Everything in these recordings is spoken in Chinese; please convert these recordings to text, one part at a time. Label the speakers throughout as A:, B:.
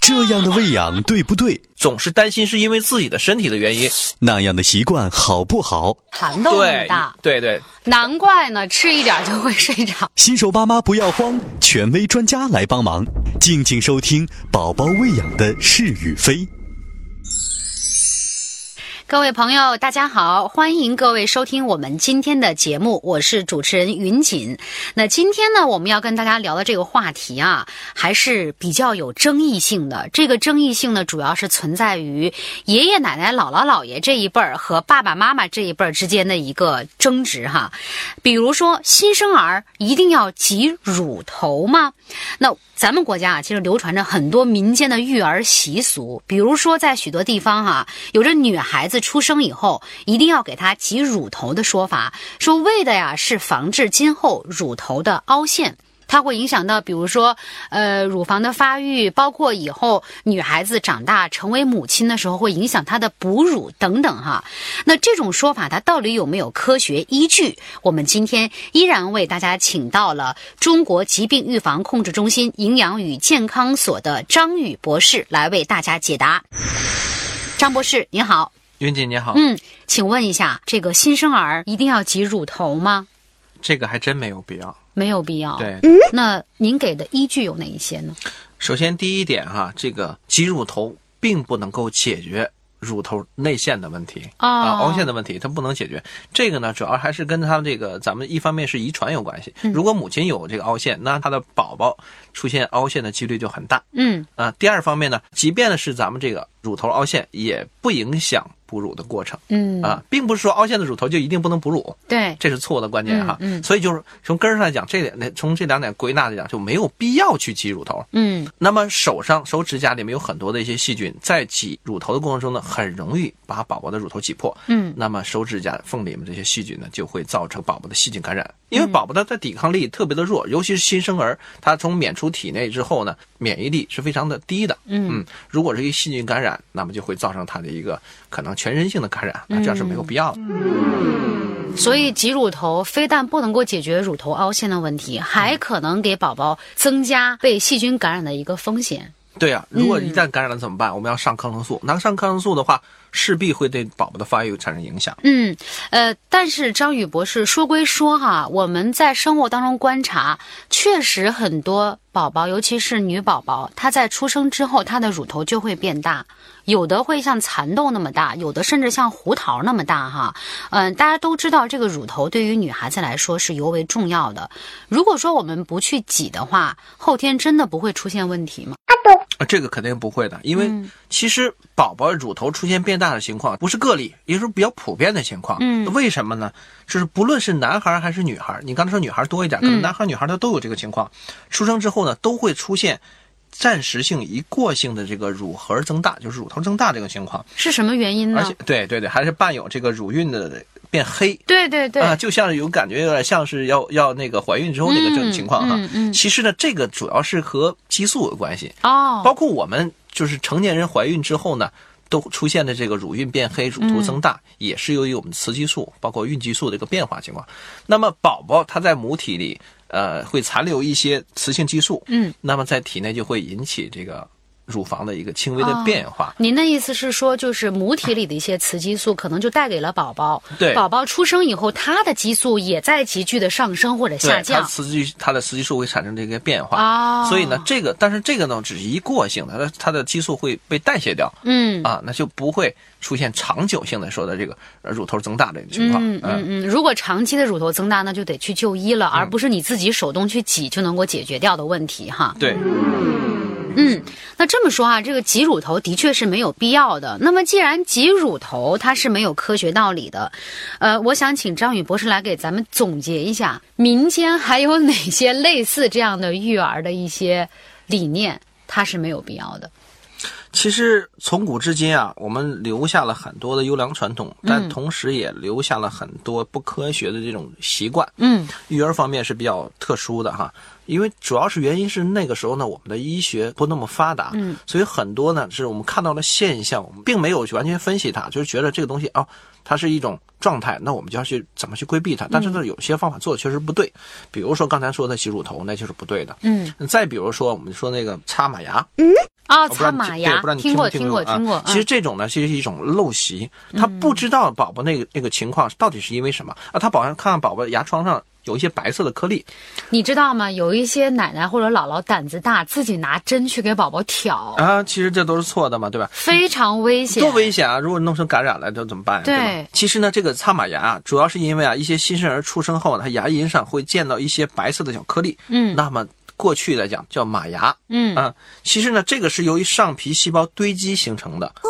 A: 这样的喂养对不对？
B: 总是担心是因为自己的身体的原因。
A: 那样的习惯好不好？
C: 涵洞很
B: 对
C: 大，，
B: 对对，
C: 难怪呢，吃一点就会睡着。
A: 新手爸妈不要慌，权威专家来帮忙。敬请收听《宝宝喂养的是与非》。
C: 各位朋友，大家好，欢迎各位收听我们今天的节目，我是主持人云锦。那今天呢，我们要跟大家聊的这个话题啊，还是比较有争议性的。这个争议性呢，主要是存在于爷爷奶奶、姥姥姥爷这一辈儿和爸爸妈妈这一辈儿之间的一个争执哈。比如说，新生儿一定要挤乳头吗？那咱们国家啊，其实流传着很多民间的育儿习俗，比如说在许多地方哈、有着女孩子出生以后一定要给她挤乳头的说法，说为的呀是防治今后乳头的凹陷。它会影响到，比如说，呃，乳房的发育，包括以后女孩子长大成为母亲的时候，会影响她的哺乳等等哈。那这种说法它到底有没有科学依据？我们今天依然为大家请到了中国疾病预防控制中心营养与健康所的张宇博士来为大家解答。张博士您好，
B: 云锦你好，
C: 嗯，请问一下，这个新生儿一定要挤乳头吗？
B: 这个还真没有必要。
C: 没有必要。
B: 对，
C: 那您给的依据有哪一些呢？
B: 首先第一点哈、这个挤乳头并不能够解决乳头内陷的问题
C: 哦
B: 啊、凹陷的问题，它不能解决。这个呢，主要还是跟他们这个咱们一方面是遗传有关系。
C: 嗯
B: 如果母亲有这个凹陷，那她的宝宝出现凹陷的几率就很大
C: 嗯，
B: 啊、第二方面呢，即便是咱们这个乳头凹陷，也不影响哺乳的过程
C: 嗯，
B: 啊、并不是说凹陷的乳头就一定不能哺乳。
C: 对，
B: 这是错误的观念哈。
C: 嗯嗯
B: 所以就是从根儿上来讲，这两从这两点归纳来讲，就没有必要去挤乳头。
C: 嗯
B: 那么手上手指甲里面有很多的一些细菌，在挤乳头的过程中呢，很容易把宝宝的乳头挤破。
C: 嗯
B: 那么手指甲缝里面这些细菌呢，就会造成宝宝的细菌感染，因为
C: 嗯
B: 宝宝的他抵抗力特别的弱，尤其是新生儿，他从娩出体内之后呢，免疫力是非常的低的。
C: 嗯
B: 嗯，如果这个细菌感染，那么就会造成他的一个可能全身性的感染，那这样是
C: 嗯
B: 没有必要的。
C: 所以挤乳头非但不能够解决乳头凹陷的问题，还可能给宝宝增加被细菌感染的一个风险。
B: 对啊，
C: 嗯
B: 如果一旦感染了怎么办？我们要上抗生素。那上抗生素的话，势必会对宝宝的发育产生影响。
C: 嗯，呃，但是张宇博士说归说哈，我们在生活当中观察，确实很多宝宝，尤其是女宝宝，她在出生之后，她的乳头就会变大，有的会像蚕豆那么大，有的甚至像胡桃那么大哈。嗯、大家都知道这个乳头对于女孩子来说是尤为重要的。如果说我们不去挤的话，后天真的不会出现问题吗？
B: 啊，这个肯定不会的，因为
C: 嗯
B: 其实宝宝乳头出现变大的情况不是个例，也是比较普遍的情况。
C: 嗯
B: 为什么呢？就是不论是男孩还是女孩，你刚才说女孩多一点，可
C: 嗯
B: 能男孩女孩他都有这个情况。出生之后呢，都会出现暂时性一过性的这个乳核增大，就是乳头增大这个情况，
C: 是什么原因
B: 而
C: 呢
B: 且？对对对，还是伴有这个乳晕的变黑。
C: 对对对，
B: 啊，就像是有感觉，有点像是要要那个怀孕之后那个这种情况哈。
C: 嗯嗯嗯
B: 其实呢，这个主要是和激素有关系，
C: 哦，
B: 包括我们就是成年人怀孕之后呢，都出现的这个乳晕变黑、乳头
C: 嗯
B: 增大，也是由于我们雌激素包括孕激素的一个变化情况。那么宝宝他在母体里，呃，会残留一些雌性激素，
C: 嗯，
B: 那么在体内就会引起这个乳房的一个轻微的
C: 哦
B: 变化。
C: 您的意思是说，就是母体里的一些雌激素可能就带给了宝宝，
B: 对
C: 宝宝出生以后，他的激素也在急剧的上升或者
B: 对，
C: 下
B: 它
C: 降。
B: 雌激它的雌激素会产生这个变化
C: 哦
B: 所以呢，这个但是这个呢只是一过性的，它它的激素会被代谢掉、
C: 嗯
B: 啊，那就不会出现长久性的说的这个呃乳头增大这个情况。
C: 嗯嗯嗯，如果长期的乳头增大，那就得去就医了，
B: 嗯
C: 而不是你自己手动去挤就能够解决掉的问题哈。
B: 对，
C: 嗯，那这么说啊，这个挤乳头的确是没有必要的。那么既然挤乳头它是没有科学道理的，呃，我想请张宇博士来给咱们总结一下，民间还有哪些类似这样的育儿的一些理念，它是没有必要的。
B: 其实从古至今啊，我们留下了很多的优良传统，
C: 嗯
B: 但同时也留下了很多不科学的这种习惯。
C: 嗯
B: 育儿方面是比较特殊的哈，因为主要是原因是那个时候呢，我们的医学不那么发达，
C: 嗯，
B: 所以很多呢是我们看到了现象，我们并没有去完全分析它，就是觉得这个东西哦，它是一种状态，那我们就要去怎么去规避它。但
C: 嗯
B: 是呢，有些方法做的确实不对，比如说刚才说的洗乳头，那就是不对的。
C: 嗯
B: 再比如说我们说那个擦马牙，
C: 啊，
B: 我不知道
C: 擦
B: 你
C: 马
B: 对
C: 牙
B: 不知道，你
C: 听
B: 过
C: 过听
B: 过
C: 过
B: 啊
C: 听过，
B: 其实
C: 嗯
B: 这种呢，其实是一种陋习，他不知道宝宝那个那个情况到底是因为什么啊？他保看看宝宝牙床上有一些白色的颗粒，
C: 你知道吗？有一些奶奶或者姥姥胆子大，自己拿针去给宝宝挑，
B: 啊，其实这都是错的嘛，对吧？
C: 非常危险。
B: 多危险啊！如果弄成感染了，这怎么办呀？
C: 对
B: 吧？其实呢，这个擦马牙啊主要是因为啊，一些新生儿出生后呢，他牙龈上会见到一些白色的小颗粒，
C: 嗯
B: 那么过去来讲叫马牙，
C: 嗯
B: 啊，其实呢，这个是由于上皮细胞堆积形成的，
C: 哦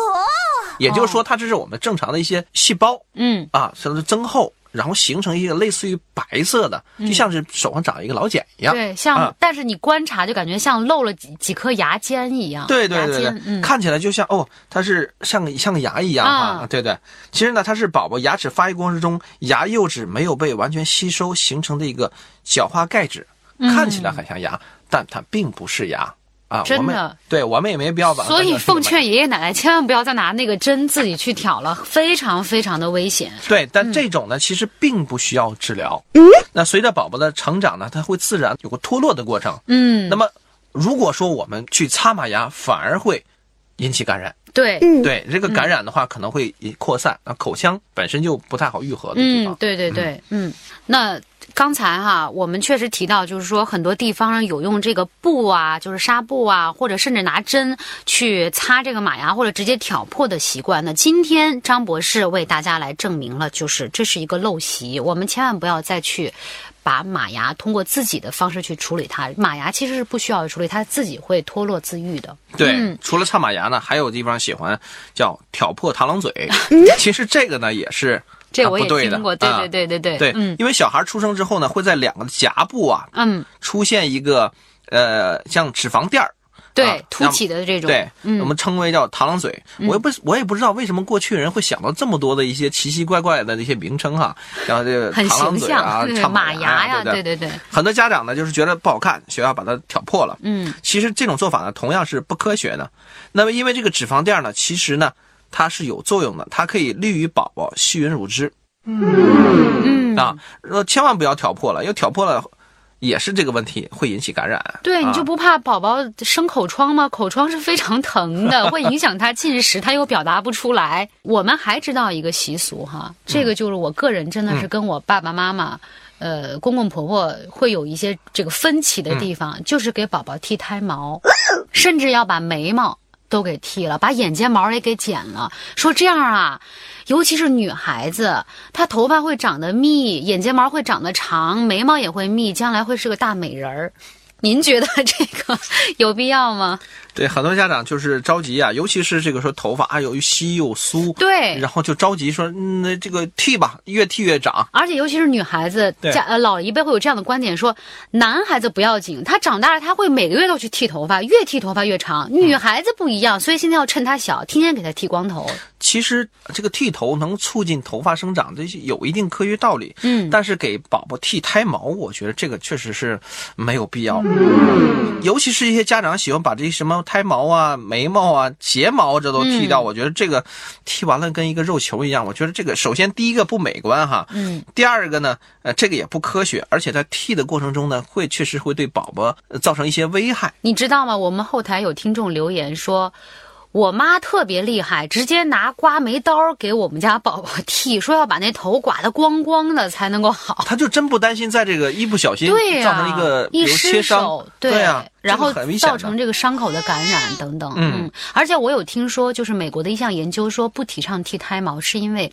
B: 也就是说，它这是我们正常的一些细胞
C: 嗯
B: 啊，甚至增厚，然后形成一个类似于白色的，就像是手上长一个老茧一样。
C: 嗯对，像、
B: 啊
C: 但是你观察就感觉像露了几几颗牙尖一样，
B: 对对对
C: 牙
B: 对
C: 尖，嗯，
B: 看起来就像哦，它是像个像个牙一样
C: 啊
B: 哈，对对。其实呢，它是宝宝牙齿发育过程中牙釉质没有被完全吸收形成的一个角化钙质，
C: 嗯
B: 看起来很像牙，但它并不是牙啊。
C: 真的
B: 我们对我们也没必要把它
C: 所以
B: 当成是
C: 奉
B: 牙。
C: 劝爷爷奶奶千万不要再拿那个针自己去挑了，非常非常的危险。
B: 对，
C: 嗯
B: 但这种呢，其实并不需要治疗。那随着宝宝的成长呢，它会自然有个脱落的过程。
C: 嗯，
B: 那么，如果说我们去擦马牙，反而会引起感染。
C: 对，
B: 对，这个感染的话可能会扩散，那口腔本身就不太好愈合的地
C: 嗯
B: 方，。
C: 对对对，嗯，那。刚才哈、我们确实提到，就是说很多地方有用这个布啊，就是纱布啊，或者甚至拿针去擦啊这个马牙，或者直接挑破的习惯。那今天张博士为大家来证明了，就是这是一个陋习，我们千万不要再去把马牙通过自己的方式去处理它。马牙其实是不需要处理，它自己会脱落自愈的。
B: 对，除了擦马牙呢，还有地方喜欢叫挑破螳螂嘴。 其实这个呢也是
C: 嗯这
B: 啊
C: 我也
B: 不对的
C: 听过，对
B: 啊
C: 对嗯对对对，
B: 对，
C: 嗯
B: 因为小孩出生之后呢，会在两个颊部啊
C: 嗯，
B: 出现一个呃像脂肪垫儿。啊
C: 对，凸
B: 那
C: 起的这种，
B: 对，
C: 嗯
B: 我们称为叫螳螂嘴。我也不我也不知道为什么过去人会想到这么多的一些奇奇怪怪的一些名称哈，然后这个
C: 很
B: 螳螂
C: 形
B: 嘴
C: 象，
B: 啊
C: 对，
B: 唱
C: 马牙呀，
B: 呀，不
C: 对对对，
B: 很多家长呢，就是觉得不好看，学校把它挑破了。
C: 嗯，
B: 其实这种做法呢，同样是不科学的。那么，因为这个脂肪垫呢，其实呢，它是有作用的，它可以利于宝宝吸吮乳汁。嗯啊，呃，千万不要挑破了，因为挑破了也是这个问题，会引起感染。
C: 对，你
B: 啊
C: 就不怕宝宝生口疮吗？ 口疮是非常疼的，会影响他进食，他又表达不出来。我们还知道一个习俗哈，这个就是我个人真的是跟我爸爸妈妈、呃公公婆婆会有一些这个分歧的地方，就是给宝宝剃胎毛，甚至要把眉毛都给剃了，把眼睫毛也给剪了，说这样啊。尤其是女孩子，她头发会长得密，眼睫毛会长得长，眉毛也会密，将来会是个大美人儿。您觉得 这个有必要吗？
B: 对，很多家长就是着急啊，尤其是这个说头发啊，由于稀又酥，
C: 对
B: 然，后就着急说，嗯那、这个剃吧，越剃越长。
C: 而且尤其是女孩子，
B: 对
C: 家呃老一辈会有这样的观点说，男孩子不要紧，他长大了他会每个月都去剃头发，越剃头发越长。
B: 嗯
C: 女孩子不一样，所以现在要趁她小，天天给她剃光头。
B: 其实这个剃头能促进头发生长，这是有一定科学道理。
C: 嗯
B: 但是给宝宝剃胎毛，我觉得这个确实是没有必要。
C: 嗯
B: 尤其是一些家长喜欢把这些什么胎毛啊、眉毛啊、睫毛这都剃
C: 嗯
B: 掉，我觉得这个剃完了跟一个肉球一样。我觉得这个首先第一个不美观哈，
C: 嗯，
B: 第二个呢，呃，这个也不科学，而且在剃的过程中呢，会确实会对宝宝呃造成一些危害。
C: 你知道吗？我们后台有听众留言说，我妈特别厉害，直接拿刮眉刀给我们家宝宝剃，说要把那头刮得光光的才能够好。
B: 他就真不担心在这个一不小心
C: 对呀、
B: 造成一个比
C: 一
B: 如
C: 失
B: 切伤
C: 手，，
B: 对啊，
C: 然后
B: 这个很危险
C: 造
B: 的
C: 成这个伤口的感染等等，
B: 嗯，
C: 而且我有听说，就是美国的一项研究说，不提倡剃胎毛，是因为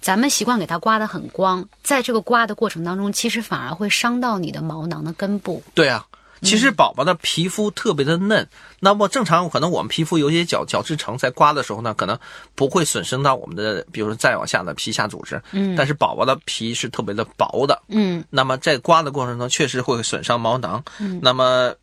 C: 咱们习惯给它刮得很光，在这个刮的过程当中，其实反而会伤到你的毛囊的根部，
B: 对啊，
C: 嗯
B: 其实宝宝的皮肤特别的嫩，那么正常可能我们皮肤有些角角质层在刮的时候呢，可能不会损伤到我们的，比如说再往下的皮下组织。嗯，但是宝宝的皮是特别的薄的，
C: 嗯
B: 那么在刮的过程中确实会损伤毛囊。嗯，那么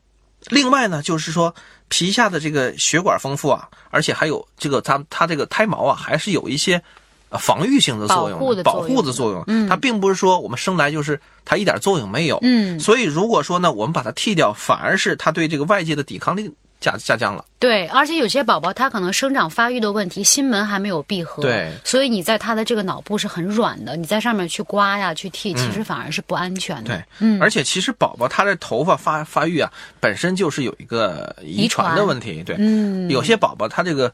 B: 另外呢，就是说皮下的这个血管丰富啊，而且还有这个它它这个胎毛啊，还是有一些。呃防御性的作用
C: 保护的
B: 的，
C: 作
B: 保
C: 用
B: 护的嗯作用，它并不是说我们生来就是它一点作用没有，
C: 嗯
B: 所以如果说呢，我们把它剃掉，反而是它对这个外界的抵抗力下下降了。
C: 对，而且有些宝宝他可能生长发育的问题，心门还没有闭合，
B: 对
C: 所以你在他的这个脑部是很软的，你在上面去刮呀、去剃，其实反而是不安全的。
B: 嗯对，而且其实宝宝他的头发发发育啊，本身就是有一个遗传的问题。对，
C: 嗯，
B: 有些宝宝他这个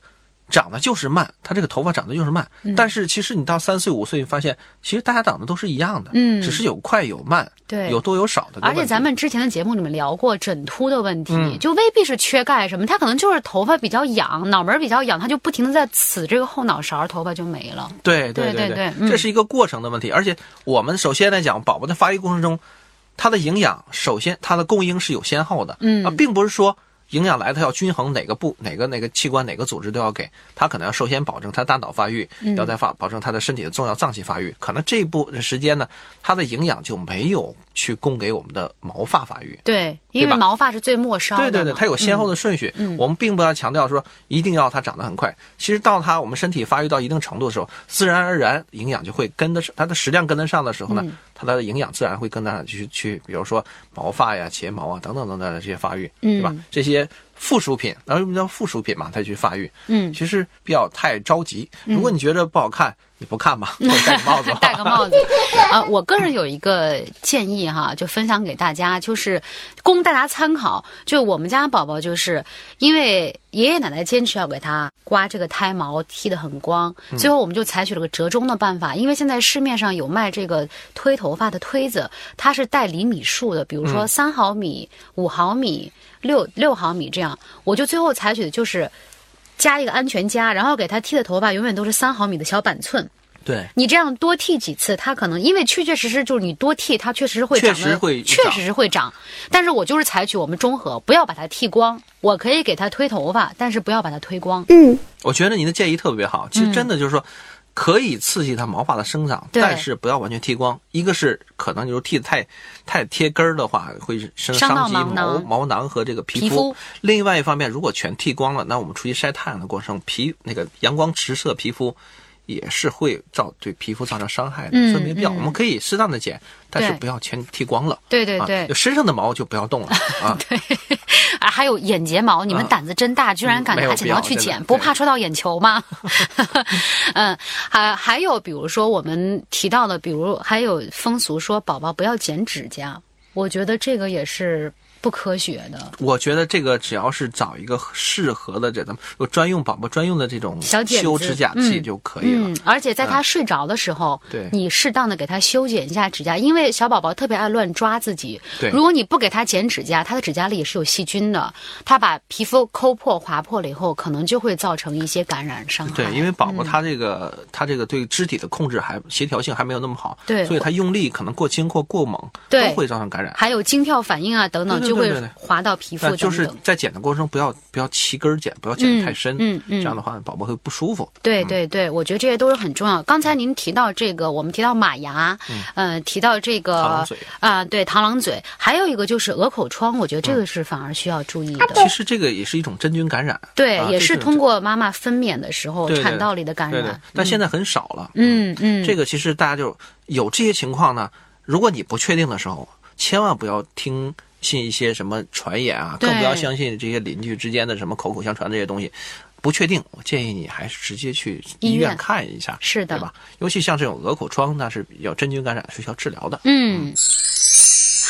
B: 长得就是慢，他这个头发长得就是慢。
C: 嗯
B: 但是其实你到三岁五岁，你发现其实大家长得都是一样的，
C: 嗯
B: 只是有快有慢，
C: 对
B: 有多有少的。
C: 而且咱。们之前的节目里面聊过枕秃的问题，
B: 嗯
C: 就未必是缺钙什么，他可能就是头发比较痒，脑门儿比较痒，他就不停的在刺这个后脑勺，头发就没了。
B: 对
C: 对
B: 对
C: 对对嗯
B: 这是一个过程的问题。而且我们首先来讲，宝宝在发育过程中，他的营养首先他的供应是有先后的，
C: 嗯
B: 啊，并不是说营养来它要均衡，哪个部哪个哪个器官哪个组织都要给，他可能要首先保证他大脑发育，
C: 嗯
B: 要再发保证他的身体的重要脏器发育，可能这一部分时间呢，他的营养就没有去供给我们的毛发发育。
C: 对，因
B: 对
C: 为
B: 吧
C: 毛发是最末梢的嘛。嗯
B: 对对对，它有先后的顺序。我们并不要强调说一定要它长得很快。其实到它我们身体发育到一定程度的时候，自然而然营养就会跟得上，它的食量跟得上的时候
C: 嗯
B: 呢，它的营养自然会跟得上去去，比如说毛发呀、睫毛啊等等等等的这些发育，对吧
C: 嗯？
B: 这些附属品，呃然后我们叫附属品嘛，它去发育。
C: 嗯，。
B: 其实不要太着急。如果你觉得不好看，你不看吧，戴个帽子吧
C: 嗯 戴个帽子。啊，我个人有一个建议哈，就分享给大家，就是供大家参考。就我们家宝宝，就是因为爷爷奶奶坚持要给他刮这个胎毛，剃得很光，最后我们就采取了个折中的办法。因为现在市面上有卖这个推头发的推子，它是带厘米数的，比如说三毫米、五毫米、六六毫米这样。我就最后采取的就是。加一个安全夹，然后给他剃的头发永远都是三毫米的小板寸，
B: 对，
C: 你这样多剃几次，它可能因为确确实实就是你多剃，它确实会长得，
B: 确实会
C: 确
B: 长
C: 实是会长。但是我就是采取我们中和，不要把它剃光。我可以给它推头发，但是不要把它推光。
B: 我觉得您的建议特别好，其实真的就是说。可以刺激它毛发的生长，
C: 嗯对
B: 但是不要完全剃光。一个是可能就是剃得太太贴根儿的话，会生
C: 伤
B: 伤
C: 到
B: 及
C: 毛
B: 毛
C: 囊
B: 毛囊和这个皮肤。
C: 皮肤
B: 另外一方面，如果全剃光了，那我们出去晒太阳的过程，皮那个阳光直射皮肤也是会造对皮肤造成伤害的，
C: 嗯
B: 所以没必要。
C: 嗯
B: 我们可以适当的剪，但是
C: 对
B: 不要全剃光了。
C: 对对
B: 啊
C: 对
B: 就，身上的毛就不要动了 啊。
C: 啊，还有眼睫毛，你们
B: 啊
C: 胆子真大，居然敢
B: 没有
C: 拿剪
B: 必要
C: 刀去
B: 真的
C: 剪，
B: 对
C: 不怕戳到眼球吗？ 嗯，还还有比如说我们提到的，比如还有风俗说宝宝不要剪指甲，我觉得这个也是不科学的。
B: 我觉得这个只要是找一个适合的这咱们有专用宝宝专用的这种
C: 小剪子
B: 修指甲器
C: 嗯
B: 就可以了。
C: 嗯，而且在他睡着的时候，
B: 对
C: 你适当的给他修剪一下指甲，因为小宝宝特别爱乱抓自己。
B: 对
C: 如果你不给他剪指甲，他的指甲里也是有细菌的，他把皮肤抠破、划破了以后，可能就会造成一些感染伤害。
B: 对，因为
C: 嗯
B: 宝宝他这个、他这个对肢体的控制还协调性还没有那么好，
C: 对
B: 所以他用力可能过轻或过猛，
C: 对
B: 都会造成感染。
C: 还有经跳反应啊等等，
B: 对对
C: 就
B: 对对
C: 会
B: 对
C: 划到皮肤
B: 但
C: 等等。
B: 就是在剪的过程中不要不要齐根儿剪，不要剪得太深，
C: 嗯嗯嗯
B: 这样的话宝宝会不舒服。
C: 对对对，我觉得这些都是很重要。刚才您提到这个，我们提到马牙，嗯、呃，提到这个
B: 螳螂嘴
C: 啊、对，螳螂嘴，还有一个就是鹅口疮，我觉
B: 嗯
C: 得这个是反而需要注意的。
B: 其实这个也是一种真菌感染，
C: 对，
B: 啊
C: 也
B: 这
C: 是
B: 种
C: 通过妈妈分娩的时候
B: 对对
C: 产道里的感
B: 对对
C: 染，。
B: 但现在很少了。
C: 嗯嗯，
B: 这个其实大家就有这些情况呢，如果你不确定的时候，千万不要听信一些什么传言啊，
C: 对
B: 更不要相信这些邻居之间的什么口口相传这些东西。不确定，我建议你还是直接去
C: 医
B: 医
C: 院
B: 院看一下，
C: 是的
B: 对吧？尤其像这种鹅口疮，那是要真菌感染，是需要治疗的。
C: 嗯，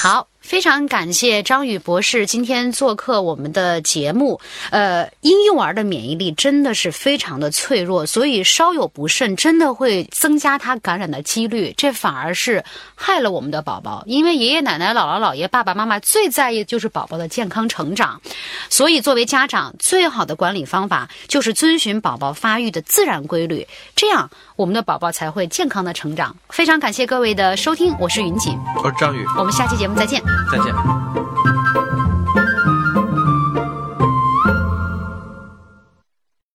C: 好，非常感谢张宇博士今天做客我们的节目。呃，婴幼儿的免疫力真的是非常的脆弱，所以稍有不慎，真的会增加他感染的几率。这反而是害了我们的宝宝，因为爷爷奶奶、姥姥姥爷、爸爸妈妈最在意的就是宝宝的健康成长。所以，作为家长，最好的管理方法就是遵循宝宝发育的自然规律，这样我们的宝宝才会健康的成长。非常感谢各位的收听，我是云锦，
B: 我是张宇，
C: 我们下期节目再见。
B: 再见。